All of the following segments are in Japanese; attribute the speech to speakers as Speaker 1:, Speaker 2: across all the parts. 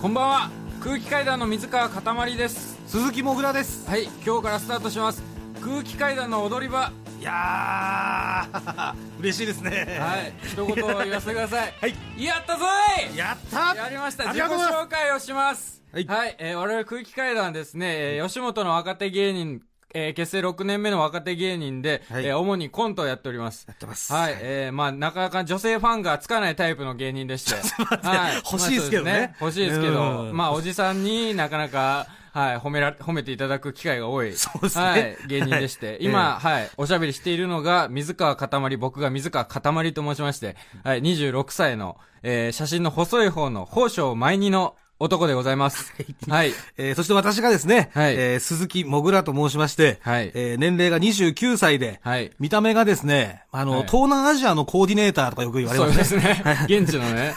Speaker 1: こんばんは空気階段の水川かたまりです
Speaker 2: 鈴木もぐらです
Speaker 1: はい今日からスタートします空気階段の踊り場
Speaker 2: いやー 嬉しいですね
Speaker 1: はい一言言わせてください
Speaker 2: はい
Speaker 1: やったぞい
Speaker 2: やった
Speaker 1: やりました
Speaker 2: あり
Speaker 1: 自己
Speaker 2: がとうございます
Speaker 1: 紹介をします
Speaker 2: はい
Speaker 1: えー我々空気階段ですね、えー吉本の若手芸人、えー結成6年目の若手芸人で、
Speaker 2: はい
Speaker 1: えー主にコントをやっております
Speaker 2: やってます
Speaker 1: はい、
Speaker 2: はい
Speaker 1: えーまあ、なかなか女性ファンがつかないタイプの芸人 でして。はい
Speaker 2: 欲しいですけどね
Speaker 1: まあそうです欲しいですけ
Speaker 2: う
Speaker 1: ど、
Speaker 2: ん
Speaker 1: まあ、おじさんになかなか、はい、褒めら、褒めていただく機会が多い。
Speaker 2: そうですね
Speaker 1: はい、芸人でして。
Speaker 2: い
Speaker 1: 今、はい、おしゃべりしているのが、水川かたまり、僕が水川かたまりと申しまして、はい、26歳の、えー写真の細い方の、宝生舞二の男でござい ます。はい。
Speaker 2: えーそして私がですね、
Speaker 1: はい
Speaker 2: えー鈴木もぐらと申しまして、
Speaker 1: はい
Speaker 2: えー年齢が29歳で、
Speaker 1: はい
Speaker 2: 見た目がですね、あの、
Speaker 1: はい
Speaker 2: 東南アジアのコーディネーターとかよく言われ
Speaker 1: そ
Speaker 2: ま
Speaker 1: う
Speaker 2: すね。
Speaker 1: ですね。現地の ね。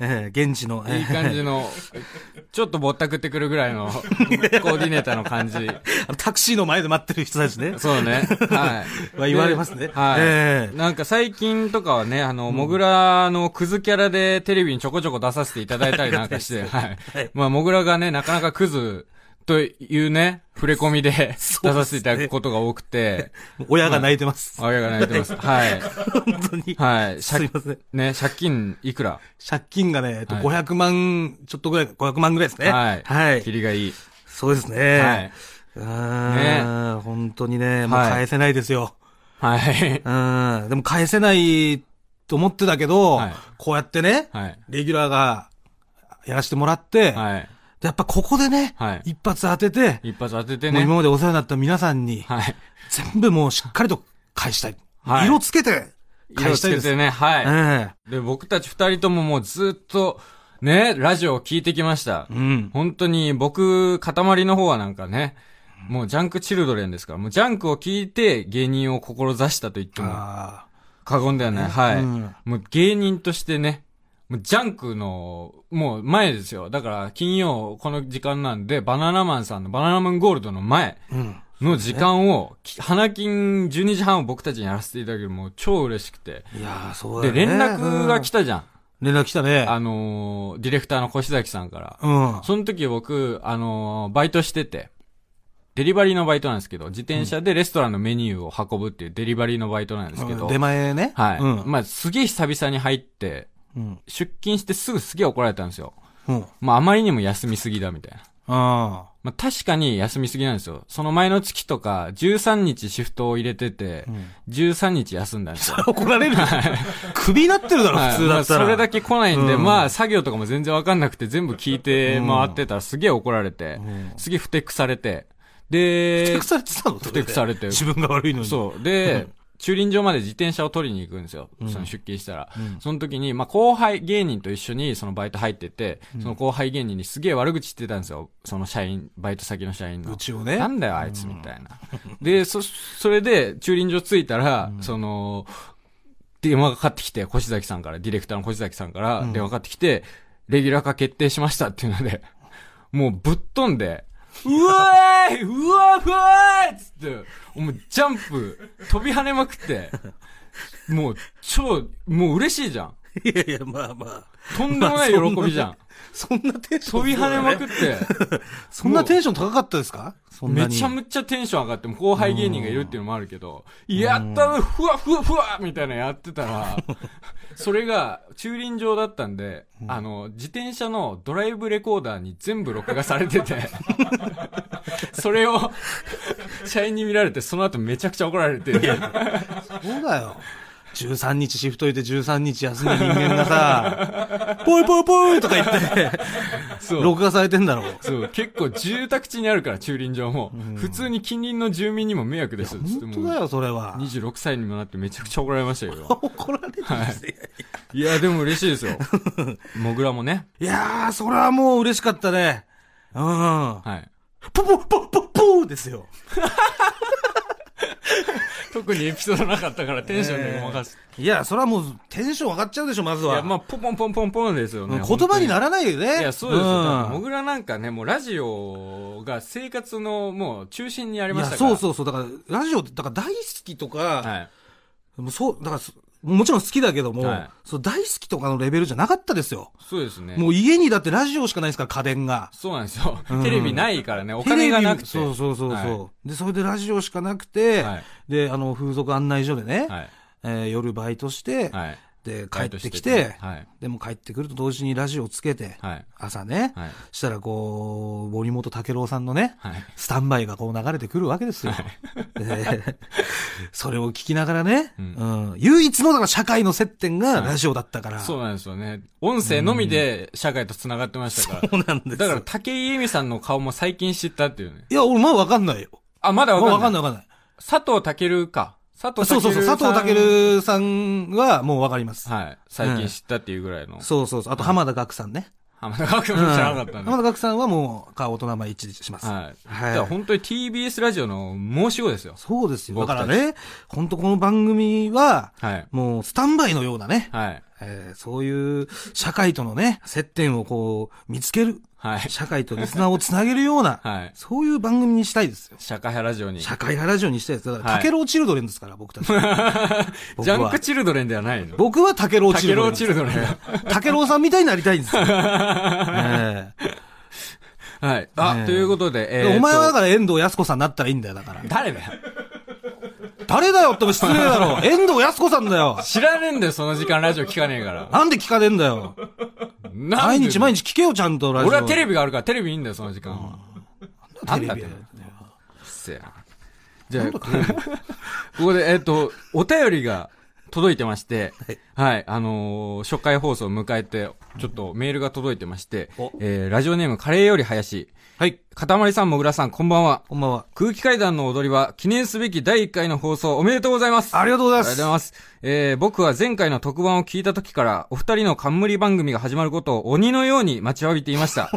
Speaker 2: えー現地の、えー
Speaker 1: いい感じの、ちょっとぼったくってくるぐらいのコーディネーターの感じ。
Speaker 2: あのタクシーの前で待ってる人たちね。
Speaker 1: そうね。 はい。
Speaker 2: は言われますね
Speaker 1: ではい、
Speaker 2: ええ
Speaker 1: なんか最近とかはね、あの、モグラのクズキャラでテレビにちょこちょこ出させていただいたりなんかして、はい。まあ、モグラがね、なかなかクズというね、触れ込みで出
Speaker 2: うですね
Speaker 1: させていただくことが多くて、
Speaker 2: 親が泣いてます。
Speaker 1: あれが泣いてます。はい。
Speaker 2: 本当に。
Speaker 1: はい。
Speaker 2: すい
Speaker 1: 借
Speaker 2: ません。
Speaker 1: ね、借金いくら
Speaker 2: 借金がね、えっと
Speaker 1: はい
Speaker 2: 500万、ちょっとぐらい、500万ぐらいですね。
Speaker 1: はい。
Speaker 2: はい
Speaker 1: キ。リがいい。
Speaker 2: そうですね。
Speaker 1: はい。
Speaker 2: あー本当にね、もう
Speaker 1: はい
Speaker 2: 返せないですよ。
Speaker 1: はい。
Speaker 2: うん。でも返せないと思ってたけど、
Speaker 1: はい
Speaker 2: こうやってね、
Speaker 1: はい。
Speaker 2: レギュラーがやらせてもらって、
Speaker 1: はい。
Speaker 2: でやっぱここでね、
Speaker 1: はい
Speaker 2: 一発当てて、
Speaker 1: 一発当てて
Speaker 2: もう
Speaker 1: ね。
Speaker 2: 今までお世話になった皆さんに、
Speaker 1: はい。
Speaker 2: 全部もうしっかりと返したい。
Speaker 1: はい
Speaker 2: 色つけて
Speaker 1: 色
Speaker 2: 返
Speaker 1: を
Speaker 2: し
Speaker 1: つ
Speaker 2: たい
Speaker 1: け
Speaker 2: です。
Speaker 1: てね、は
Speaker 2: え
Speaker 1: い。で、僕たち二人とももうずっと、ね、ラジオを聞いてきました
Speaker 2: え。うん。
Speaker 1: 本当に僕、塊の方はなんかね、もうジャンクチルドレンですから、もうジャンクを聞いて芸人を志したと言っても
Speaker 2: あ
Speaker 1: 過言ではない。はい。
Speaker 2: うん
Speaker 1: もう芸人としてね、もうジャンクの、もう前ですよ。だから金曜この時間なんで、バナナマンさんのバナナマンゴールドの前
Speaker 2: ーうん。
Speaker 1: の時間を、き花金12時半を僕たちにやらせていただけるもう超嬉しくて。
Speaker 2: いやー、そうだ
Speaker 1: で、
Speaker 2: よね。
Speaker 1: 連絡が来
Speaker 2: た。
Speaker 1: たじゃん。
Speaker 2: 連絡来たね。
Speaker 1: あのーディレクターの越崎さんから。
Speaker 2: うん。
Speaker 1: その時僕、あのーバイトしてて、デリバリーのバイトなんですけど、自転車でレストランのメニューを運ぶっていうデリバリーのバイトなんですけど、
Speaker 2: 出前ね。
Speaker 1: はい。
Speaker 2: うん。
Speaker 1: まあ、すげえ久々に入って、
Speaker 2: うん。
Speaker 1: 出勤してすぐすげえ怒られたんですよ。
Speaker 2: うん。
Speaker 1: まあ、あまりにも休みすぎだみたいな。
Speaker 2: あ
Speaker 1: まあ、確かに休みすぎなんですよ。その前の月とか、13日シフトを入れてて、13日休んだんですよ。
Speaker 2: あ。怒られる。クビになってるだろ、
Speaker 1: はい
Speaker 2: 普通だったら。
Speaker 1: まあそれだけ来ないんで、
Speaker 2: うん
Speaker 1: まあ、作業とかも全然わかんなくて、全部聞いて回ってたら、すげえ怒られて、すげえ不適されて、
Speaker 2: ふて
Speaker 1: で
Speaker 2: く、されてたの不
Speaker 1: てくされて
Speaker 2: 自分が悪いのに。
Speaker 1: そう、で、駐輪場まで自転車を取りに行くんですよ。その出勤したら。その時に、まあ、後輩芸人と一緒にそのバイト入ってて、その後輩芸人にすげえ悪口言ってたんですよ。その社員、バイト先の社員の。
Speaker 2: うちをね。
Speaker 1: なんだよ、あいつみたいな。で、そ、それで、駐輪場着いたら、その、電話がかかってきて、越崎さんから、ディレクターの越崎さんから電話かかってきて、レギュラー化決定しましたっていうので、 もうぶっ飛んで、うわーいうわーうわーいっつって、もうジャンプ、飛び跳ねまくって、もう超、もう嬉しいじゃん。
Speaker 2: いやいや、まあまあ。
Speaker 1: とんでもない喜びじゃん。
Speaker 2: そんなテンション。
Speaker 1: 飛び跳ねまくっ
Speaker 2: って。
Speaker 1: て、
Speaker 2: そんなテンション高かったですかそんな
Speaker 1: め
Speaker 2: に。
Speaker 1: ちゃめちゃテンション上がって、もう後輩芸人がいるっていうのもあるけど、やったのふわふわふわみたいなのやってた ら、それが駐輪場だったんで、あの、自転車のドライブレコーダーに全部録画されてて、 それを、社員に見られて、その後めちゃくちゃ怒られて、
Speaker 2: そうだよ。13日シフトいて13日休んだ人間 がさ、ぽいぽいぽいとか言って、
Speaker 1: そう。
Speaker 2: 録画されてんだろ。
Speaker 1: そう結構住宅地にあるから駐輪場も、普通に近隣の住民にも迷惑ですっつって
Speaker 2: 本当だ
Speaker 1: もう
Speaker 2: よ、それは。
Speaker 1: 26歳にもなってめちゃくちゃ怒られましたけど。
Speaker 2: 怒られてるんですよ。
Speaker 1: いや、でも嬉しい ですよ。モグラもね。
Speaker 2: いやー、それはもう嬉しかったね。うん。
Speaker 1: はい。
Speaker 2: ポポポポポーですよ。
Speaker 1: 特にエピソードなかったからテンションでごまかす。
Speaker 2: いや、それはもうテンション上がっちゃうでしょ、まず
Speaker 1: い
Speaker 2: は。
Speaker 1: や、まあ、ポンポンポンポンポンですよね。
Speaker 2: うん言葉に
Speaker 1: る。
Speaker 2: ならないよね。
Speaker 1: いや、そうですよ。だってモ
Speaker 2: ん
Speaker 1: グラなんかね、もうラジオが生活のもう中心にあり
Speaker 2: い
Speaker 1: ま
Speaker 2: や、
Speaker 1: したから。
Speaker 2: そうそうそう。だから、ラジオって、だから大好きとか、
Speaker 1: はい。
Speaker 2: もうそう、だからそ、もちろん好きだけども、
Speaker 1: はい
Speaker 2: そう大好きとかのレベルじゃなかったですよ。
Speaker 1: そうですね。
Speaker 2: もう家にだってラジオしかないですから、家電が。
Speaker 1: そうなんですよ
Speaker 2: うん。
Speaker 1: テレビないからね、お金がなくて。
Speaker 2: テレビそうそうそうそう、
Speaker 1: は
Speaker 2: で、それでラジオしかなくて、
Speaker 1: はい
Speaker 2: で、あの、風俗案内所でね、
Speaker 1: はい。
Speaker 2: えー夜バイトして、
Speaker 1: はい。
Speaker 2: で、
Speaker 1: バイ
Speaker 2: 帰
Speaker 1: ト
Speaker 2: ってきて、
Speaker 1: はい。
Speaker 2: でも帰ってくると同時にラジオつけて、
Speaker 1: はい。
Speaker 2: 朝ね、
Speaker 1: はい。
Speaker 2: したらこう、森本武郎さんのね、
Speaker 1: はい。
Speaker 2: スタンバイがこう流れてくるわけですよ。でそれを聞きながらね、う
Speaker 1: うん
Speaker 2: ん唯一のだから社会の接点がラジオだったから。
Speaker 1: そうなんですよね。音声のみで社会と繋がってましたから。
Speaker 2: そうなんです
Speaker 1: だ
Speaker 2: よ
Speaker 1: から、竹井恵美さんの顔も最近知ったっていうね。
Speaker 2: いや、俺まだわかんないよ。
Speaker 1: あ、まだ
Speaker 2: まだ
Speaker 1: わか
Speaker 2: わ
Speaker 1: んな
Speaker 2: か
Speaker 1: い。
Speaker 2: んないわかんない。
Speaker 1: 佐藤健か。佐藤健
Speaker 2: そうそうそう、
Speaker 1: さん
Speaker 2: 佐藤。健さんはもうわかります。
Speaker 1: はい。最近知ったっていうぐらいの。
Speaker 2: そうそうそう。あと浜田岳さんね。
Speaker 1: 浜田学
Speaker 2: う
Speaker 1: も
Speaker 2: ん
Speaker 1: 知らなかったんで。
Speaker 2: 浜田岳さんはもう顔大人前一致します。
Speaker 1: はい。だ
Speaker 2: はい
Speaker 1: から本当に TBS ラジオの申し子ですよ。
Speaker 2: そうですよ。だ
Speaker 1: 僕
Speaker 2: か
Speaker 1: たち
Speaker 2: らね、本当この番組は、
Speaker 1: はい。
Speaker 2: もうスタンバイのようなね、
Speaker 1: はい。
Speaker 2: えーそういう社会とのね、接点をこう、見つける、
Speaker 1: はい。
Speaker 2: 社会とリスナーをつなげるような、
Speaker 1: はい。
Speaker 2: そういう番組にしたいですよ。
Speaker 1: 社会派ラジオに。ジ
Speaker 2: 社会派ラジオにしたいです。だから、
Speaker 1: はい
Speaker 2: タケローチルドレンですから、僕たち。僕
Speaker 1: ャン
Speaker 2: は
Speaker 1: ク。チルドレンではない の。
Speaker 2: 僕はタケロー
Speaker 1: タ
Speaker 2: チ
Speaker 1: ケ
Speaker 2: ルド
Speaker 1: ロ
Speaker 2: レ
Speaker 1: ー
Speaker 2: ン。
Speaker 1: チルドレン。
Speaker 2: タケローさんみたいになりたい んですよ。ええ
Speaker 1: はい。あ
Speaker 2: ね、え
Speaker 1: ということで、えーと
Speaker 2: お前はだから遠藤康子さんになったらいいんだよ、だから。
Speaker 1: 誰だよ。
Speaker 2: 誰だよって失礼 だろ。遠藤康子さんだよ。
Speaker 1: 知らねえんだよ、その時間ラジオ聞かねえから。
Speaker 2: なんで聞かねえんだよ。毎日毎
Speaker 1: 日。
Speaker 2: 日聞けよ、ちゃんとラジオ。
Speaker 1: 俺はテレ
Speaker 2: ビ。
Speaker 1: ビがあるから、テレビいいんだよ、その時間は。
Speaker 2: テレビだ
Speaker 1: なんだ。う
Speaker 2: よ
Speaker 1: っせえな。じゃ あ、ここで、えっと、お便りが届いてまして、はい、あのー初回放送を迎えて、ちょっとメールが届いてまして
Speaker 2: お、
Speaker 1: えーラジオネームカレーより林。はい。かたまりさん、もぐらさん、こんばんは。
Speaker 2: こんばんは。
Speaker 1: 空気階段の踊りは記念すべき第1回の放送おめでとうございます。
Speaker 2: ありがとうございます
Speaker 1: ありがとうございます。えー、僕は前回の特番を聞いた時から、お二人の冠番組が始まることを鬼のように待ちわびていました。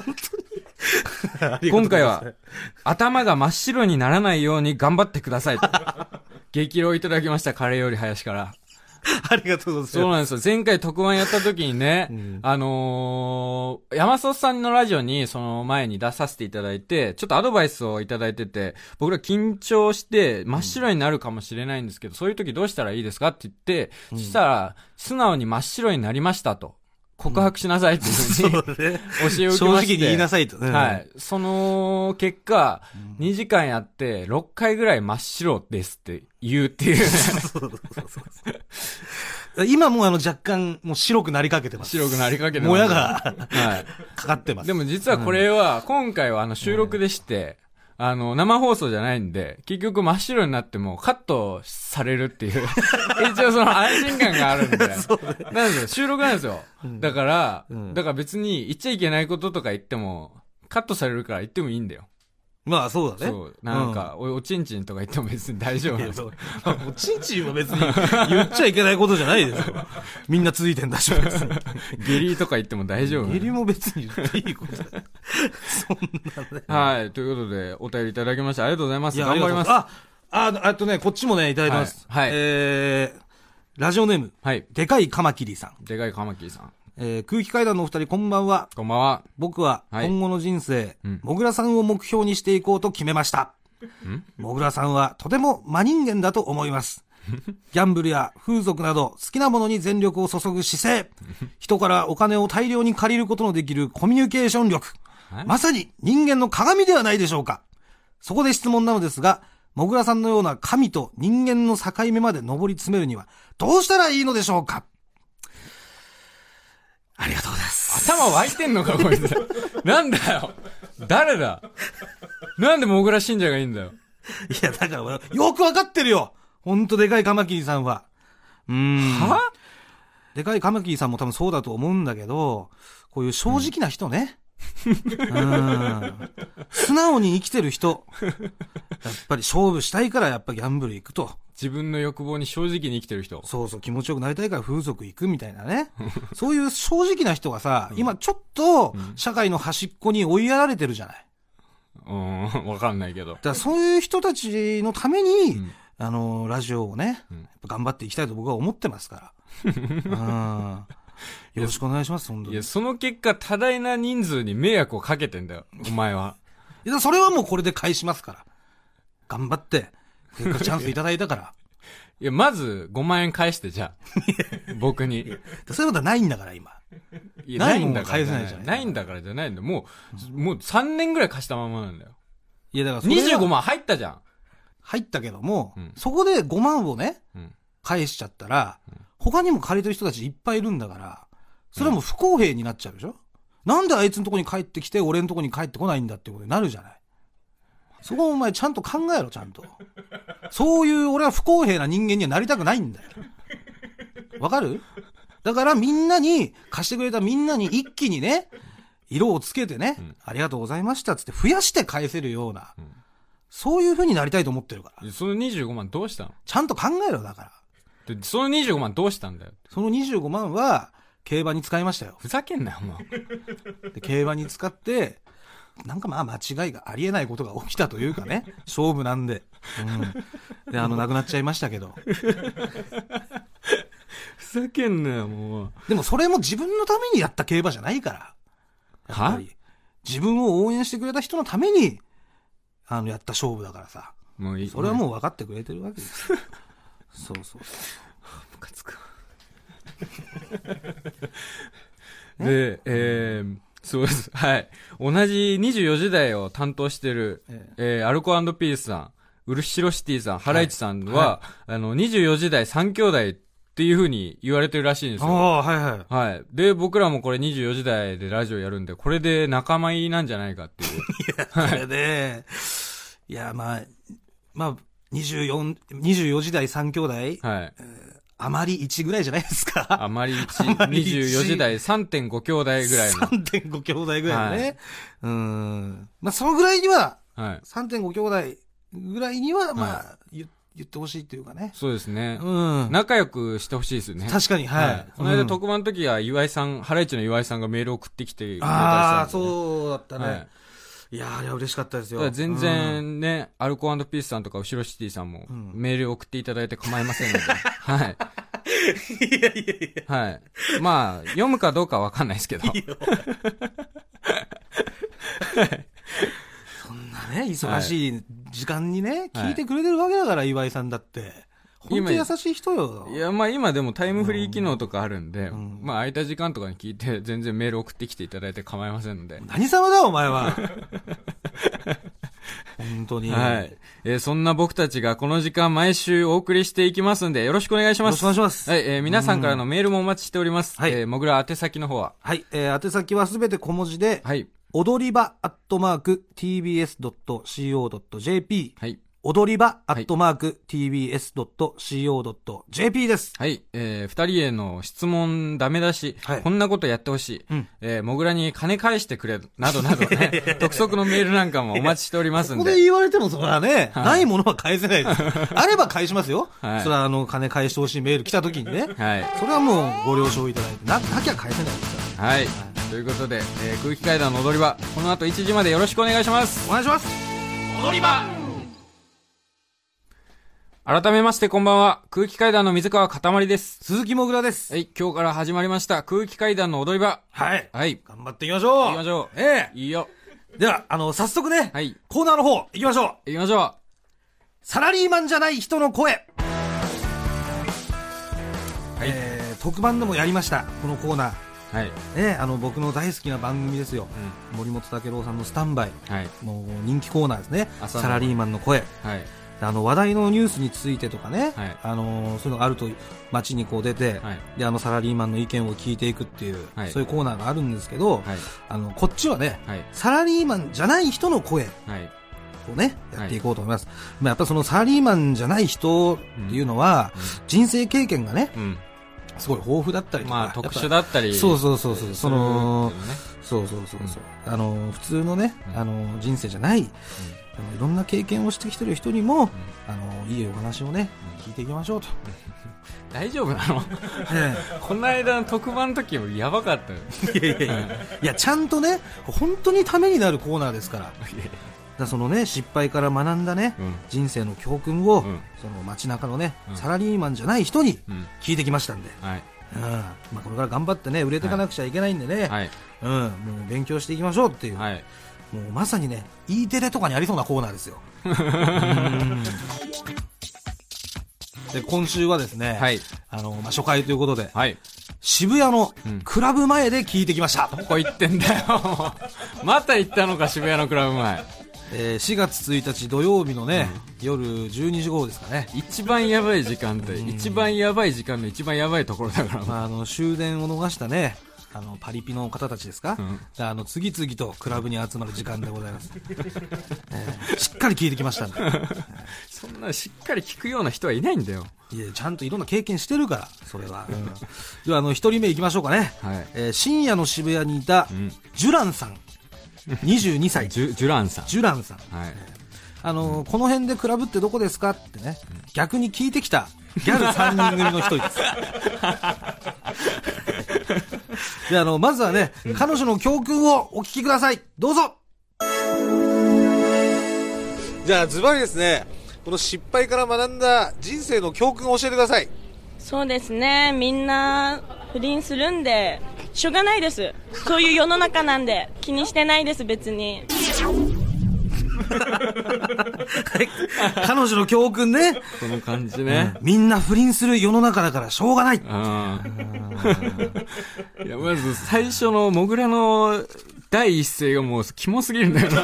Speaker 1: 今回は、頭が真っ白にならないように頑張ってくだ さいと。激励いただきました、カレーより林から。
Speaker 2: ありがとうござい
Speaker 1: そう
Speaker 2: ま
Speaker 1: なんですよ。前回特番やった時にね、あのー、山里さんのラジオにその前に出させていただいて、ちょっとアドバイスをいただいてて、僕ら緊張して真っ白になるかもしれないんですけど、そういう時どうしたらいいですかって言って、そしたら、素直に真っ白になりましたと。告白しなさいっていうふ
Speaker 2: す。
Speaker 1: うに、
Speaker 2: うね。
Speaker 1: 教えを受
Speaker 2: 正
Speaker 1: けま
Speaker 2: 直
Speaker 1: して
Speaker 2: に言いなさいと。うん
Speaker 1: はい。その結果、2時間やって、6回ぐらい真っ白ですって言うっていう、
Speaker 2: そうそうそうそう今もうあの若干もう白くなりかけてま す。
Speaker 1: 白くなりかけてます
Speaker 2: もや。が
Speaker 1: はい。
Speaker 2: かかってます。
Speaker 1: でも実はこれは、今回はあの収録でして、あの、生放送じゃないんで、結局真っ白になってもカットされるって いう。一応その安心感があるんで。なんですよ、収録なんですよ。だから、
Speaker 2: うん
Speaker 1: だから別に言っちゃいけないこととか言っても、カットされるから言ってもいいんだよ。
Speaker 2: まあそうだね。
Speaker 1: そう。なんか、お、おちんちんとか言っても別に大丈夫
Speaker 2: い
Speaker 1: なん
Speaker 2: や
Speaker 1: です
Speaker 2: そう
Speaker 1: よ。
Speaker 2: もうちんちんは別に言っちゃいけないことじゃない ですよ。みんな続いてんだし、別に。
Speaker 1: 下痢とか言っても大丈夫なんで
Speaker 2: 下
Speaker 1: す
Speaker 2: 痢も別に言っていいことだよ。そんなね。
Speaker 1: はい。ということで、お便りいただきましてありがとうございます。
Speaker 2: い や
Speaker 1: 頑張ります。
Speaker 2: あ、あ、あとね、こっちもね、いただいてます。
Speaker 1: はいはい
Speaker 2: えー、ラジオネーム、
Speaker 1: はい。
Speaker 2: でかいカマキリさん。
Speaker 1: でかいカマキリさん。
Speaker 2: えー、空気階段のお二人、こんばんは。
Speaker 1: こんばんは。
Speaker 2: 僕は、
Speaker 1: はい
Speaker 2: 今後の人生、
Speaker 1: うん
Speaker 2: もぐらさんを目標にしていこうと決めました。もぐらさんは、とても真人間だと思い ます。ギャンブルや風俗など、好きなものに全力を注ぐ姿 勢。人からお金を大量に借りることのできるコミュニケーション力。
Speaker 1: はい
Speaker 2: まさに人間の鏡ではないでしょうか。そこで質問なのですが、もぐらさんのような神と人間の境目まで上り詰めるには、どうしたらいいのでしょうかありがとうございます。
Speaker 1: 頭湧いてんのか、こいつ。 なんだよ。誰だ。なんでモグラ信者がいいんだよ。
Speaker 2: いや、だから、よくわかってるよほんとでかいカマキリさんは。うーん。
Speaker 1: は
Speaker 2: でかいカマキリさんも多分そうだと思うんだけど、こういう正直な人ね。うん。素直に生きてる人。やっぱり勝負したいからやっぱギャンブル行くと。
Speaker 1: 自分の欲望に正直に生きてる人。
Speaker 2: そうそう、気持ちよくなりたいから風俗行くみたいなね。そういう正直な人がさ、今ちょっと社会の端っこに追いやられてるじゃない。
Speaker 1: うーん、わかんないけど
Speaker 2: だ。からそういう人たちのために、
Speaker 1: うん
Speaker 2: あの、ラジオをね、やっぱ頑張っていきたいと僕は思ってます から。うん。よろしくお願いします、本
Speaker 1: い
Speaker 2: 当に。い
Speaker 1: や、その結果、多大な人数に迷惑をかけてんだよ。お前は。
Speaker 2: や、 それはもうこれで返しますから。頑張って、せっかくチャンスいただいたから。
Speaker 1: いや、まず5万円返して、じゃあ。僕に。
Speaker 2: そういうことはないんだから、今。
Speaker 1: いや
Speaker 2: ない
Speaker 1: んだから
Speaker 2: もん返せないじゃない
Speaker 1: ないんだからじゃないんだ。もう、もう3年ぐらい貸したままなんだよ。
Speaker 2: いや、だからそれは
Speaker 1: 25万入ったじゃん。
Speaker 2: 入ったけども、
Speaker 1: うん
Speaker 2: そこで5万をね、
Speaker 1: うん
Speaker 2: 返しちゃったら、他にも借りてる人たちいっぱいいるんだから、それはもう不公平になっちゃうでしょ、なんであいつのとこに帰ってきて、俺のとこに帰ってこないんだってことになるじゃない。そこをお前ちゃんと考えろ、ちゃんと。そういう俺は不公平な人間にはなりたくないんだよ。わかるだからみんなに、貸してくれたみんなに一気にね、色をつけてね、
Speaker 1: ん
Speaker 2: ありがとうございましたっつって増やして返せるような、
Speaker 1: ん
Speaker 2: そういう風になりたいと思ってるから。
Speaker 1: その25万どうしたの
Speaker 2: ちゃんと考えろ、だから。
Speaker 1: でその25万どうしたんだよ。
Speaker 2: その25万は、競馬に使いましたよ。
Speaker 1: ふざけんなよ、もう。
Speaker 2: で競馬に使って、なんかまあ間違いがありえないことが起きたというかね、勝負なんで。うん。で、あの、亡くなっちゃいましたけど。
Speaker 1: ふざけんなよ、もう。
Speaker 2: でもそれも自分のためにやった競馬じゃないから。やっぱ
Speaker 1: は
Speaker 2: り。自分を応援してくれた人のために、あの、やった勝負だからさ。
Speaker 1: もういい。
Speaker 2: それは
Speaker 1: う、
Speaker 2: もう分かってくれてるわけですよ。そうそうそう。
Speaker 1: ムカつくわ。で、えー、そうです。はい。同じ24時代を担当してる、
Speaker 2: え
Speaker 1: えー、アルコピースさん、ウルシロシティさん、ハライチさんは、
Speaker 2: は
Speaker 1: あの、24時代3兄弟っていう風に言われてるらしいんです
Speaker 2: あ
Speaker 1: よ。
Speaker 2: あ、はいはい。
Speaker 1: はい。で、僕らもこれ24時代でラジオやるんで、これで仲間入りなんじゃないかっていう。
Speaker 2: それで、いや、まあ、まあ、24、24時代3兄弟、
Speaker 1: はい。
Speaker 2: あまり1ぐらいじゃないです か。
Speaker 1: あまり
Speaker 2: あまり一
Speaker 1: 24時代3.5兄弟ぐらい
Speaker 2: 3.5兄弟ぐらいのね。うん。まあ、そのぐらいには、
Speaker 1: の。はい。
Speaker 2: 3.5兄弟ぐらいには、まあ、
Speaker 1: は
Speaker 2: 言言ってほしいっていうかね。
Speaker 1: そうですね。
Speaker 2: うん。
Speaker 1: 仲良くしてほしいですよね。
Speaker 2: 確かに、はい。
Speaker 1: この間、
Speaker 2: うん
Speaker 1: 特番の時は、岩井さん、ハライチの岩井さんがメールを送ってきてくれたり
Speaker 2: ああ、
Speaker 1: したんでね
Speaker 2: そうだったね。
Speaker 1: はい
Speaker 2: い、やー、あれは嬉しかったです
Speaker 1: だ
Speaker 2: よ。
Speaker 1: から全
Speaker 2: うん、
Speaker 1: 然ね、アルコピースさんとか、後ろシティさんも、
Speaker 2: ん
Speaker 1: メール送っていただいて構いませんの で。はい。
Speaker 2: いやいやいや。
Speaker 1: はい。まあ、読むかどうかわかんないですけど。
Speaker 2: そんなね、忙しい時間にね、聞いてくれてるわけだから、岩井さんだって。本当に優しい人よ。
Speaker 1: いや、まあ今でもタイムフリー機能とかあるんで、
Speaker 2: ん
Speaker 1: まあ空いた時間とかに聞いて、全然メール送ってきていただいて構いませんので。
Speaker 2: 何様だ、お前 は。本当に。
Speaker 1: は
Speaker 2: よ
Speaker 1: い。えーそんな僕たちがこの時間毎週お送りしていきますんで、よろしくお願いしま
Speaker 2: ろしく
Speaker 1: す。
Speaker 2: お願いします。
Speaker 1: は
Speaker 2: はい。
Speaker 1: い、えー皆さんからのメールもお待ちしております。
Speaker 2: はい
Speaker 1: えー、もぐら宛先の方は。
Speaker 2: えー宛先はすべて小文字で、
Speaker 1: はい。
Speaker 2: 踊り場アットマーク tbs.co.jp。
Speaker 1: はい。
Speaker 2: 踊り場アットマーク tbs.co.jp です。
Speaker 1: はい。えー二人への質問ダメ出し、
Speaker 2: はい
Speaker 1: こんなことやってほしい、
Speaker 2: うん
Speaker 1: えーもぐらに金返してくれ、などなど ね、特則のメールなんかもお待ちしております
Speaker 2: こ
Speaker 1: ん
Speaker 2: こ
Speaker 1: で。
Speaker 2: で言われてもそれはね、
Speaker 1: はい
Speaker 2: ないものは返せな いです。あれば返しますよ。
Speaker 1: はい
Speaker 2: それはあの、金返してほしいメール来た時にね。
Speaker 1: はい。
Speaker 2: それはもうご了承いただいて、な、なきゃ返せないですから。
Speaker 1: はい。ということで、えー空気階段の踊り場、この後1時までよろしくお願いします。
Speaker 2: お願いします
Speaker 1: 改めましてこんばんは。空気階段の水川かたまりです。
Speaker 2: 鈴木もぐらです。
Speaker 1: はい、今日から始まりました。空気階段の踊り場。
Speaker 2: はい。
Speaker 1: はい。
Speaker 2: 頑張っていきましょう
Speaker 1: 行きましょう。
Speaker 2: え
Speaker 1: いいよ。
Speaker 2: えでは、あの、早速ね、
Speaker 1: はい。
Speaker 2: コーナーの方、行きましょう
Speaker 1: 行きましょ
Speaker 2: サラリーマンじゃない人の声、えー特番でもやりました、このコーナ
Speaker 1: う。はい。
Speaker 2: ー。ね、あの、僕の大好きな番組ですよ。森本武郎さんのスタンバイ。
Speaker 1: はい。
Speaker 2: もう人気コーナーですね。
Speaker 1: 朝の
Speaker 2: サラリーマンの声。
Speaker 1: はい。
Speaker 2: あの、話題のニュースについてとかね。
Speaker 1: はい
Speaker 2: あの、そういうのがあると、街にこう出て、
Speaker 1: はい。
Speaker 2: で、あの、サラリーマンの意見を聞いていくっていう、
Speaker 1: はい
Speaker 2: そういうコーナーがあるんですけど、
Speaker 1: はい。
Speaker 2: あの、こっちはね、
Speaker 1: はい。
Speaker 2: サラリーマンじゃない人の声
Speaker 1: はい。
Speaker 2: をね、やっていこうと思います。まあやっぱそのサラリーマンじゃない人っていうのは、人生経験がね、
Speaker 1: うん。
Speaker 2: すごい豊富だったりとか。
Speaker 1: まあ、特殊
Speaker 2: やっ
Speaker 1: だった
Speaker 2: ぱ。
Speaker 1: り。
Speaker 2: そうそうそうそう。その
Speaker 1: する、けどね
Speaker 2: そうそうそうそう。あの、普通のね、あの、人生じゃない、あのいろんな経験をしてきてる人にも、あの、いいお話をね、聞いていきまし ょうと。
Speaker 1: 大丈夫なの
Speaker 2: え
Speaker 1: この間の特番の時もやばかったよ。
Speaker 2: えいやいやいやいや、ちゃんとね、本当にためになるコーナーですから。だからそのね、失敗から学んだね、
Speaker 1: うん
Speaker 2: 人生の教訓を、
Speaker 1: うん
Speaker 2: その街中のね、
Speaker 1: うん
Speaker 2: サラリーマンじゃない人に
Speaker 1: うん。
Speaker 2: 聞いてきましたんで、
Speaker 1: はい。
Speaker 2: うんまあ、これから頑張ってね、売れていかなくちゃいけないんでね、
Speaker 1: はい。
Speaker 2: うん、もう勉強していきましょうっていう、
Speaker 1: はい。
Speaker 2: もうまさにね、E テレとかにありそうなコーナーですよ。で、今週はですね、
Speaker 1: はい
Speaker 2: あの、まあ、初回ということで、
Speaker 1: はい。
Speaker 2: 渋谷のクラブ前で聞いてきました。
Speaker 1: どこ行ってんだよ。 また行ったのか、渋谷のクラブ前。
Speaker 2: えー4月1日土曜日のね、夜12時頃ですかね。
Speaker 1: 一番やばい時間帯、一番やばい時間の一番やばいところだから。
Speaker 2: まあ、あの終電を逃したねあのパリピの方たちですか、
Speaker 1: ん
Speaker 2: であの次々とクラブに集まる時間でございます、 えーしっかり聞いてきましたんで
Speaker 1: そんなしっかり聞くような人はいないんだよ。
Speaker 2: いやちゃんといろんな経験してるからそれは、うんではあの一人目いきましょうかね、
Speaker 1: はい
Speaker 2: えー深夜の渋谷にいた、ジュランさん22歳ジ
Speaker 1: ジュ、ジュランさん。
Speaker 2: ュランさん
Speaker 1: はい。
Speaker 2: あのこの辺でクラブってどこですかってね、逆に聞いてきたギャル3人組の一人 です。で、あの、まずはね、彼女の教訓をお聞きください。どうぞ
Speaker 3: じゃあズバリですねこの失敗から学んだ人生の教訓を教えてください
Speaker 4: そうですねみんな不倫するんでしょうがないですそういう世の中なんで気にしてないです別に
Speaker 2: 彼女の教訓ね、
Speaker 1: この感じね。
Speaker 2: みんな不倫する世の中だからしょうがない。
Speaker 1: うん。 いや、まず最初のモグラの第一声がもうキモすぎるんだよな。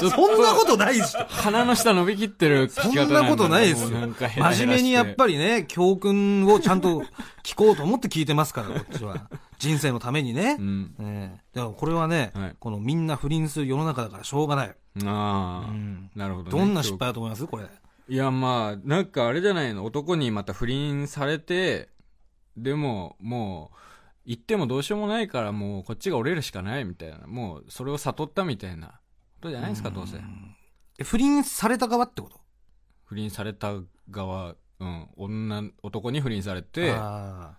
Speaker 1: ちょっと
Speaker 2: そんなことないでしょ。
Speaker 1: 鼻の下伸びきってる
Speaker 2: そ
Speaker 1: 聞き方
Speaker 2: んなことないですよ。
Speaker 1: もうなんかヘラヘ
Speaker 2: 真
Speaker 1: ラして
Speaker 2: 面目にやっぱりね、教訓をちゃんと聞こうと思って聞いてますから、 こっちは。人生のためにね。
Speaker 1: ん
Speaker 2: ええだからこれはね、
Speaker 1: はい
Speaker 2: このみんな不倫する世の中だからしょうがない。
Speaker 1: ああ、
Speaker 2: ん
Speaker 1: なるほど、ね。
Speaker 2: どんな失敗だと思いますこれ。
Speaker 1: いや、まあ、なんかあれじゃないの。男にまた不倫されて、でも、もう、行ってもどうしようもないから、もうこっちが折れるしかないみたいな。もう、それを悟ったみたいなことじゃないですか、どうせ。
Speaker 2: え不倫された側ってこと
Speaker 1: 不倫された側、うん、女、男に不倫されて、
Speaker 2: あ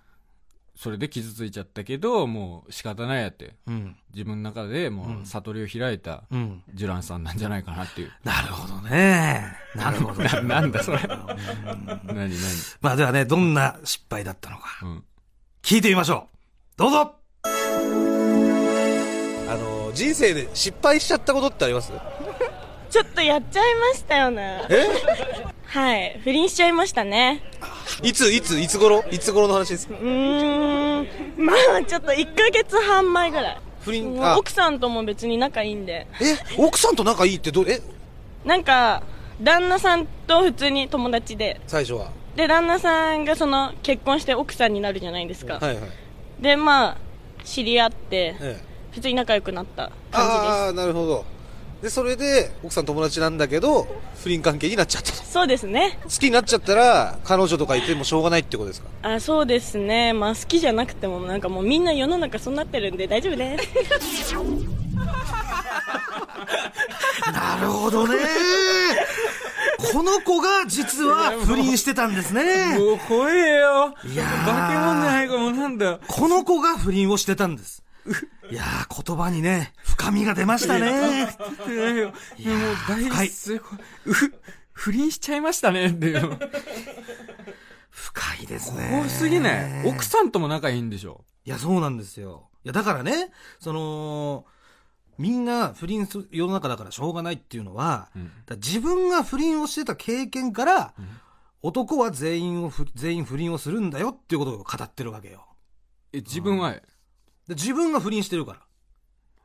Speaker 1: それで傷ついちゃったけど、もう仕方ないやって。
Speaker 2: ーうん。
Speaker 1: 自分の中でも
Speaker 2: うん
Speaker 1: う悟りを開いた、
Speaker 2: うん。
Speaker 1: ジュランさんなんじゃないかなっていう。
Speaker 2: なるほどね。なるほど。
Speaker 1: なんだそれ。何何
Speaker 2: まあではね、どんな失敗だったのか。
Speaker 1: うん。
Speaker 2: 聞いてみましょう。どうぞ
Speaker 3: あの人生で失敗しちゃったことってあります
Speaker 4: ちょっとやっちゃいましたよね
Speaker 3: え
Speaker 4: はい不倫しちゃいましたね
Speaker 3: いついついつ頃いつ頃の話ですか
Speaker 4: うーんまあちょっと1ヶ月半前ぐらい
Speaker 3: 不倫
Speaker 4: もう奥さんとも別に仲いいんで
Speaker 3: え奥さんと仲いいってどえ
Speaker 4: なんか旦那さんと普通に友達で
Speaker 3: 最初は
Speaker 4: で旦那さんがその結婚して奥さんになるじゃないですか、
Speaker 3: はいはい、
Speaker 4: でまあ知り合って
Speaker 3: ええ、
Speaker 4: 普通に仲良くなった感
Speaker 3: ああなるほどでそれで奥さん友達なんだけど不倫関係になっちゃったと
Speaker 4: じですそうですね
Speaker 3: 好きになっちゃったら彼女とかいてもしょうがないってことですか
Speaker 4: あそうですねまあ好きじゃなくてもなんかもうみんな世の中そうなってるんで大丈夫です
Speaker 2: なるほどね。この子が実は不倫してたんですね。
Speaker 1: もう怖えよ。
Speaker 2: いやー
Speaker 1: 化け物じゃないか、もうなんだよ。
Speaker 2: この子が不倫をしてたんです。いやー、言葉にね、深みが出ましたね。
Speaker 1: いやいやもう大
Speaker 2: 深い
Speaker 1: すごい。ふ不倫しちゃいましたねっていう。
Speaker 2: 深いですね。
Speaker 1: 多すぎない奥さんとも仲いいんでしょ
Speaker 2: いや、そうなんですよ。いや、だからね、その、みんな不倫する世の中だからしょうがないっていうのは、
Speaker 1: ん
Speaker 2: だから自分が不倫をしてた経験から、男は全員をふ、全員不倫をするんだよっていうことを語ってるわけよ。
Speaker 1: え、自分は、
Speaker 2: で自分が不倫してるか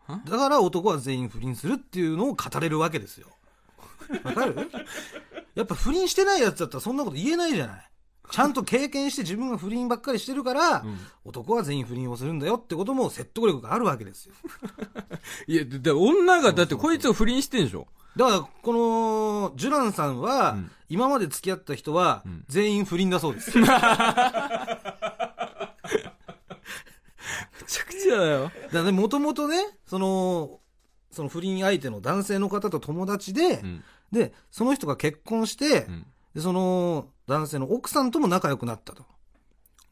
Speaker 2: ら
Speaker 1: は。
Speaker 2: だから男は全員不倫するっていうのを語れるわけですよ。わかるやっぱ不倫してないやつだったらそんなこと言えないじゃない。ちゃんと経験して自分が不倫ばっかりしてるから、男は全員不倫をするんだよってことも説得力があるわけですよ。
Speaker 1: いや、だだ女がだってこいつを不倫してんでしょ
Speaker 2: だから、この、ジュランさんは、今まで付き合った人は、全員不倫だそうです。だか
Speaker 1: めちゃくちゃだよ。
Speaker 2: らね、もともとね、その、その不倫相手の男性の方と友達で、
Speaker 1: うん。
Speaker 2: で、その人が結婚して、
Speaker 1: ん
Speaker 2: で、その男性の奥さんとも仲良くなったと。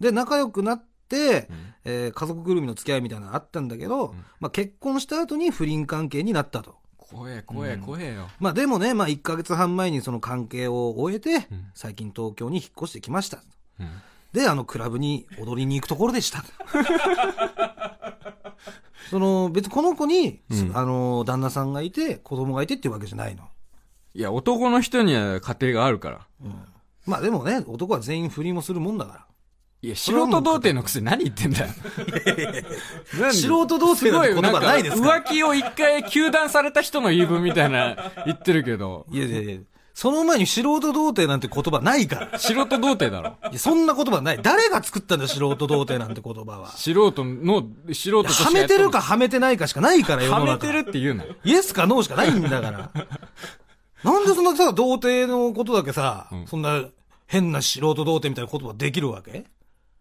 Speaker 2: で、仲良くなって、えー家族ぐるみの付き合いみたいなのあったんだけど、まあ結婚した後に不倫関係になったと。
Speaker 1: 怖え、怖え、怖えよ。
Speaker 2: まあでもね、まあ1ヶ月半前にその関係を終えて、最近東京に引っ越してきました。で、あの、クラブに踊りに行くところでした。その、別にこの子に、あの、旦那さんがいて、子供がいてっていうわけじゃないの。
Speaker 1: いや、男の人には家庭があるから。
Speaker 2: まあでもね、男は全員不倫もするもんだか
Speaker 1: いや、素人童貞のくせに 何言ってんだよ。
Speaker 2: ら。素人童
Speaker 1: す
Speaker 2: 貞
Speaker 1: ご
Speaker 2: なんて
Speaker 1: い、
Speaker 2: 言
Speaker 1: なん
Speaker 2: 葉
Speaker 1: か、
Speaker 2: ないですか
Speaker 1: 浮
Speaker 2: ら。
Speaker 1: 気を一回糾弾された人の言い分みたいな言ってるけど、
Speaker 2: いやいやいや、その前に素人童貞なんて言葉ないから。
Speaker 1: 素人童貞だろ。
Speaker 2: いや、そんな言葉ない。誰が作ったんだよ、素人童貞なんて言葉は。
Speaker 1: 素人の、素人として
Speaker 2: はめてるか
Speaker 1: やっ
Speaker 2: はめてないかしかないから、
Speaker 1: とん
Speaker 2: 世
Speaker 1: の。
Speaker 2: の
Speaker 1: は
Speaker 2: 中。
Speaker 1: めてるって言うなよ。
Speaker 2: イエスかノーしかないんだから。 なんでそんなさ、童貞のことだけさ、そんな変な素人童貞みたいな言葉できるわけ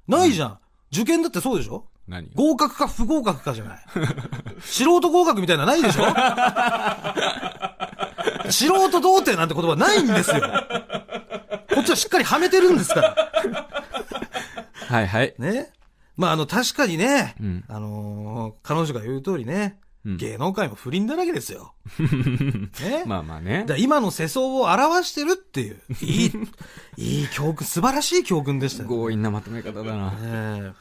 Speaker 2: ないじゃん。受験だってそうでしょ
Speaker 1: 何が
Speaker 2: 合格か不合格かじゃない。 素人合格みたいなのないでしょ 素人童貞なんて言葉ないんですよ。こっちはしっかりはめてるんですから。
Speaker 1: はいはい。
Speaker 2: ね。まあ、あの、確かにね、
Speaker 1: ん
Speaker 2: あのー彼女が言う通りね、
Speaker 1: うん
Speaker 2: 芸能界も不倫だらけで すよ。ね。
Speaker 1: まあまあね
Speaker 2: だか。ら今の世相を表してるっていう。いい、いい教訓、素晴らしい教訓でしたね。
Speaker 1: 強引なまとめ方だな。
Speaker 2: ええ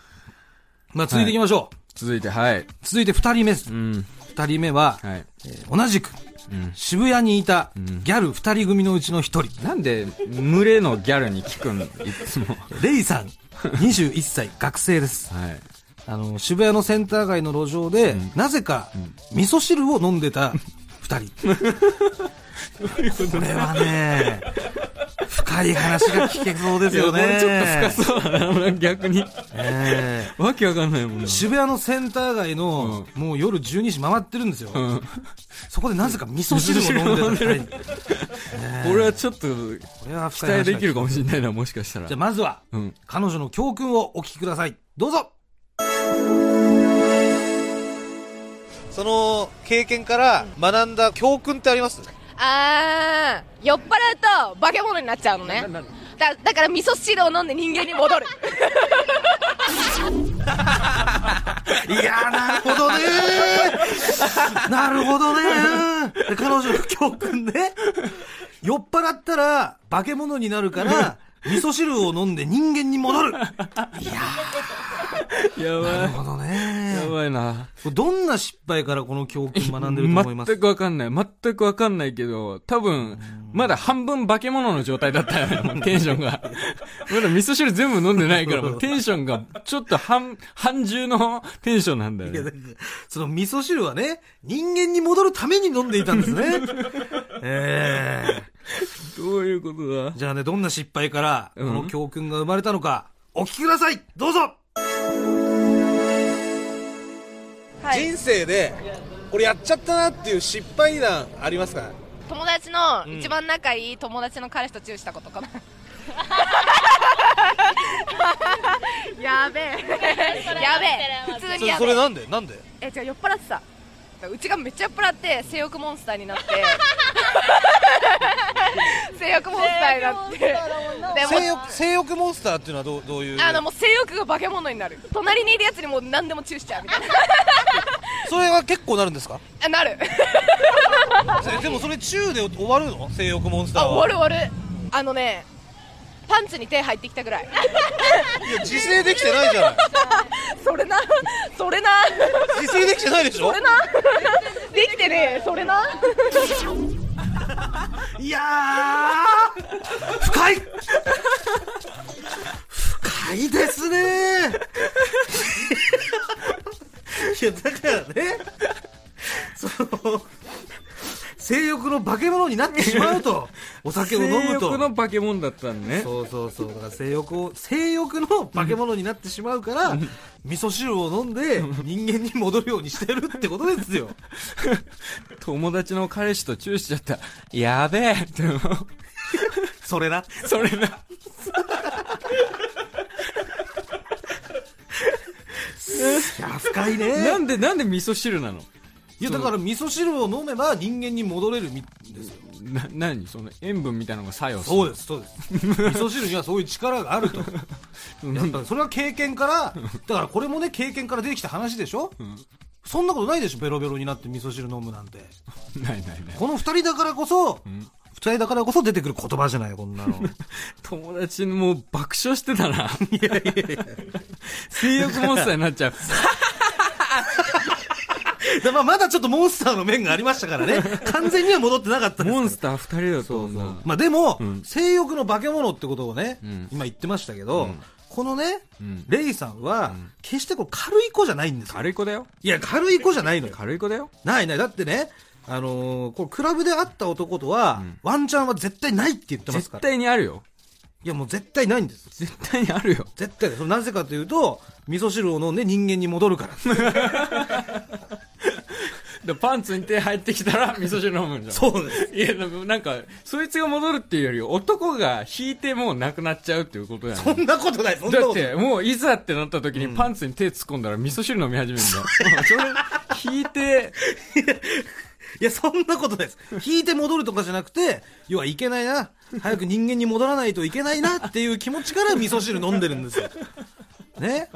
Speaker 2: まあ、続いていきましょう。
Speaker 1: 続いて、はい。
Speaker 2: 続いて二人目です。
Speaker 1: うん。
Speaker 2: 二人目は、
Speaker 1: はい。
Speaker 2: えー同じく、
Speaker 1: うん
Speaker 2: 渋谷にいたギャル二人組のうちの一人、
Speaker 1: なんで、群れのギャルに聞くん、いつも。
Speaker 2: レ イさん、21歳、学生です。
Speaker 1: はい。
Speaker 2: あの、渋谷のセンター街の路上で、なぜか、味噌汁を飲んでた二人。これはね、深い話が聞けそうですよね。
Speaker 1: いやこれちょっと深そうだな、逆に。
Speaker 2: ええ
Speaker 1: わけわかんない もんな。
Speaker 2: 渋谷のセンター街の、もう夜12時回ってるんですよ。
Speaker 1: うん。
Speaker 2: そこでなぜか味噌汁を飲んでた二人。
Speaker 1: これはちょっと、
Speaker 2: これは
Speaker 1: 期
Speaker 2: 深い話
Speaker 1: 待
Speaker 2: だ
Speaker 1: できるかもしれないな、もしかしたら
Speaker 2: じゃあ。まずは、
Speaker 1: うん。
Speaker 2: 彼女の教訓をお聞きください。どうぞ
Speaker 3: その経験から学んだ教訓ってあります
Speaker 5: あー、酔っ払うと化け物になっちゃうのね。だだから味噌汁を飲んで人間に戻る。
Speaker 2: いやー、なる ほどねーなるほどねーで彼女の教訓ね。酔っ払ったら化け物になるから、味噌汁を飲んで人間に戻る。な
Speaker 1: やば
Speaker 2: るほどね
Speaker 1: い。やばいな。
Speaker 2: どんな失敗からこの教訓学んでると思います
Speaker 1: 全くわかんない。全くわかんないけど、多分、まだ半分化け物の状態だったよね、もうテン ションが。まだ味噌汁全部飲んでないから、もうテンションが、ちょっと半、半重のテンションなんだよ
Speaker 2: いや、
Speaker 1: ね
Speaker 2: だ。から その味噌汁はね、人間に戻るために飲んでいたんですね。 ええ
Speaker 1: どういうことだ
Speaker 2: じゃあね、どんな失敗から、こ
Speaker 1: うん
Speaker 2: の教訓が生まれたのか、お聞きくださいどうぞ
Speaker 4: はい、
Speaker 3: 人生で、これやっちゃったなっていう失敗談ありますか
Speaker 5: 友達の、一番仲いい友達の彼氏とチューしたことかな。 やべえ。やべえ。普通にやべえ。
Speaker 3: なんでなんで
Speaker 5: え、違う、酔っ払ってた。うちがめっちゃ酔っ払って性欲モンスターに なって性欲モンスターになってでも
Speaker 3: 性欲、性欲モンスターっていうのはどう、どういう
Speaker 5: あのもう性欲が化け物になる隣にいるやつにもう何でもチューしちゃうみたいな
Speaker 3: それは結構なるんですか
Speaker 5: あなる
Speaker 3: でもそれ中で終わるの性欲モンスター
Speaker 5: あ
Speaker 3: は
Speaker 5: 終わる終わるあのねパンツに手入ってきたぐらい
Speaker 3: いや自制できてないじゃない
Speaker 5: それなそれな
Speaker 3: 自制できてないでしょ
Speaker 5: それな できてねえそれない
Speaker 2: やー深い深いですねいや、だからね、その、性欲の化け物になってしまうと、お酒を飲
Speaker 1: 性
Speaker 2: むと。
Speaker 1: 欲の化け物だったんね。
Speaker 2: そうそうそうだから性欲を性欲の化け物になってしまうから味噌汁を飲んで人間に戻るようにしてるってことですよ
Speaker 1: 友達の彼氏とチューしちゃった。やべえ って思う。
Speaker 2: それな
Speaker 1: それな。
Speaker 2: いや深い
Speaker 1: な
Speaker 2: ね
Speaker 1: んで、なんで味噌汁なの
Speaker 2: いやだから味噌汁を飲めば人間に戻れるみですよ
Speaker 1: な、なにその塩分みたいなのが作用する
Speaker 2: そうですそうです味噌汁にはそういう力があるとやっぱそれは経験からだからこれもね経験から出てきた話でしょ、そんなことないでしょベロベロになって味噌汁飲むなんて
Speaker 1: ないないない。
Speaker 2: この二人だからこそ、二人だからこそ出てくる言葉じゃないこんなの
Speaker 1: 友達もう爆笑してたな。 いやいや いや。性欲モンスターになっちゃう。
Speaker 2: でまあまだちょっとモンスターの面がありましたからね。完全には戻ってなかったんです
Speaker 1: モンスター二人だと思う。
Speaker 2: まあでも、
Speaker 1: ん
Speaker 2: 性欲の化け物ってことをね、
Speaker 1: ん
Speaker 2: 今言ってましたけど、このね、
Speaker 1: ん
Speaker 2: レイさんは、決してこう軽い子じゃないんですよ。
Speaker 1: 軽い子だよ。
Speaker 2: いや、軽い子じゃないのよ。
Speaker 1: 軽い子だよ。
Speaker 2: ないない。だってね、あのーこう、クラブで会った男とは、ワンチャンは絶対ないって言ってます
Speaker 1: 絶
Speaker 2: から。
Speaker 1: 対にあるよ。
Speaker 2: いや、もう絶対ないんです。
Speaker 1: 絶対にあるよ。
Speaker 2: 絶対です。それなぜかというと、味噌汁を飲んで人間に戻るから。
Speaker 1: でパンツに手入ってきたら味噌汁飲むんじゃん。
Speaker 2: そうです。
Speaker 1: いや、でもなんか、そいつが戻るっていうより、男が引いてもうなくなっちゃうっていうことやね
Speaker 2: そんなことない、そんな
Speaker 1: だっ
Speaker 2: ことない。
Speaker 1: て、もういざってなった時にパンツに手突っ込んだら味噌汁飲み始める んだよ。それ、引いて、
Speaker 2: いや、そんなことないです。引いて戻るとかじゃなくて、要はいけないな。早く人間に戻らないといけないなっていう気持ちから味噌汁飲んでるんですよ。ね。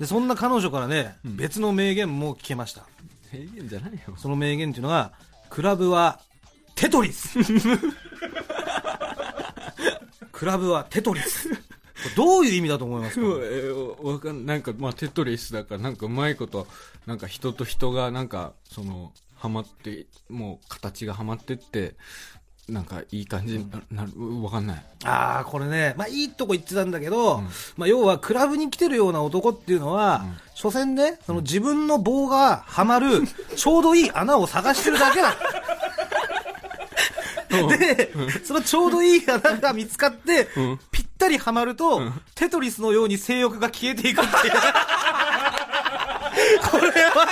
Speaker 2: で、そんな彼女からね、別の名言も聞けました。
Speaker 1: 平言じゃないよ。
Speaker 2: その名言っていうのが、クラブはテトリス。クラブはテトリス。これどういう意味だと思います
Speaker 1: で
Speaker 2: か
Speaker 1: もえーわかんなんか、まあ、テトリスだから、なんかうまいこと、なんか人と人が、なんか、その、はまって、もう形がはまってって、なんかいい感じにななる、うわかんない。
Speaker 2: ああ、これね、まあいいとこ言ってたんだけど、まあ要はクラブに来てるような男っていうのは、所詮ね、その自分の棒がはまる、ちょうどいい穴を探してるだけだ。で、そのちょうどいい穴が見つかって、ぴったりはまると、テトリスのように性欲が消えていく っていう。これは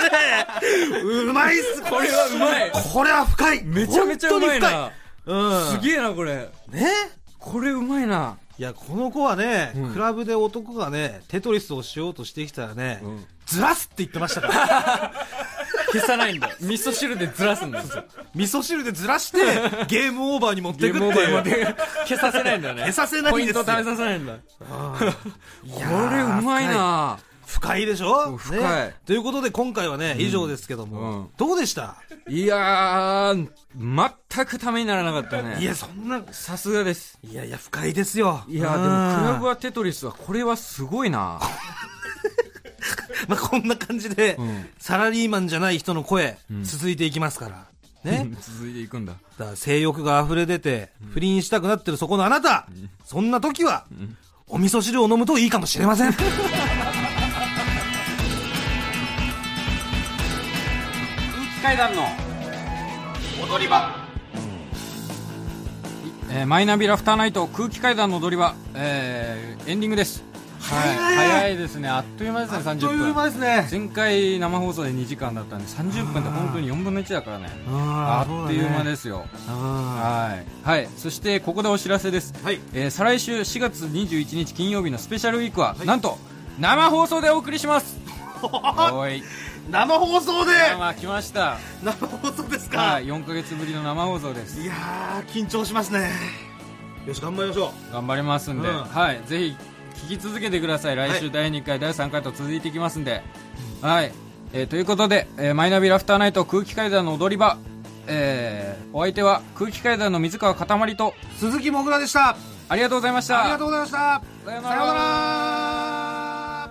Speaker 2: ね、うまいっす、こ
Speaker 1: これはうまい
Speaker 2: これは深い。
Speaker 1: めちゃめちゃうまいな。
Speaker 2: 本当に深い。うん。
Speaker 1: すげえな、これ。
Speaker 2: ね
Speaker 1: これうまいな。
Speaker 2: いや、この子はね、クラブで男がね、テトリスをしようとしてきたらね、
Speaker 1: ん
Speaker 2: ずらすって言ってまし たから。
Speaker 1: 消さないんだ。味噌汁でずらすんだ よ。
Speaker 2: 味噌汁でず らして、ゲームオーバーに持って
Speaker 1: ゲ
Speaker 2: い
Speaker 1: ー
Speaker 2: くっ
Speaker 1: ムオー
Speaker 2: て
Speaker 1: バ
Speaker 2: い
Speaker 1: ーま
Speaker 2: う。
Speaker 1: で消させないんだね。
Speaker 2: 消させないんです
Speaker 1: ポイ
Speaker 2: よ
Speaker 1: ント貯めさせないんだ。こ
Speaker 2: こ
Speaker 1: れうまい。な
Speaker 2: 深いでしょ
Speaker 1: 深い
Speaker 2: ねということで今回はね、以上ですけども、
Speaker 1: うん
Speaker 2: どうでした
Speaker 1: いやー、全くためにならなかったね。
Speaker 2: いや、そんな、
Speaker 1: さすがです。
Speaker 2: いやいや、深いですよ。
Speaker 1: いや
Speaker 2: う
Speaker 1: ー、
Speaker 2: ん
Speaker 1: でも、クラブはテトリスは、これはすごいな
Speaker 2: まあ、こんな感じで、
Speaker 1: ん
Speaker 2: サラリーマンじゃない人の声、続いていきますから。 ね。
Speaker 1: 続いていくんだ。
Speaker 2: だから性欲が溢れ出て、不倫したくなってるそこのあなた、そんな時は、お味噌汁を飲むといいかもしれま せん。
Speaker 6: 階段の踊り場
Speaker 1: えーマイナビラフターナイト空気階段の踊り場、えーエンディングです。はい。早いですね。あっという間ですね、30分。
Speaker 2: ですね。
Speaker 1: 前回生放送で2時間だったんで、30分で本当に4分の1だからね。
Speaker 2: あ
Speaker 1: あ
Speaker 2: ー。
Speaker 1: っという間ですすよ。
Speaker 2: あ
Speaker 1: はい、はい、そしてここでお知らせです、
Speaker 2: はい
Speaker 1: えー再来週4月21日金曜日のスペシャルウィークは、なんと生放送でお送りし ますおい
Speaker 2: ー生放送で
Speaker 1: 生来ました、
Speaker 2: 生放送ですか、、
Speaker 1: はいい、4か月ぶりの生放送です
Speaker 2: やー、緊張しますね。よし、頑張りましょ
Speaker 1: 頑張りますんで、
Speaker 2: うん
Speaker 1: はい、ぜひ聞き続けてください来
Speaker 2: は
Speaker 1: 週第2回、第3回と続いていきますんで、はいえーということで、えーマイナビラフターナイト空気階段の踊り場、えーお相手は空気階段の水川かたまりと
Speaker 2: う。鈴木もぐらでした。
Speaker 1: ありがとうございました
Speaker 2: ありがとうございました。
Speaker 1: さよう
Speaker 2: さような
Speaker 1: なら
Speaker 2: ら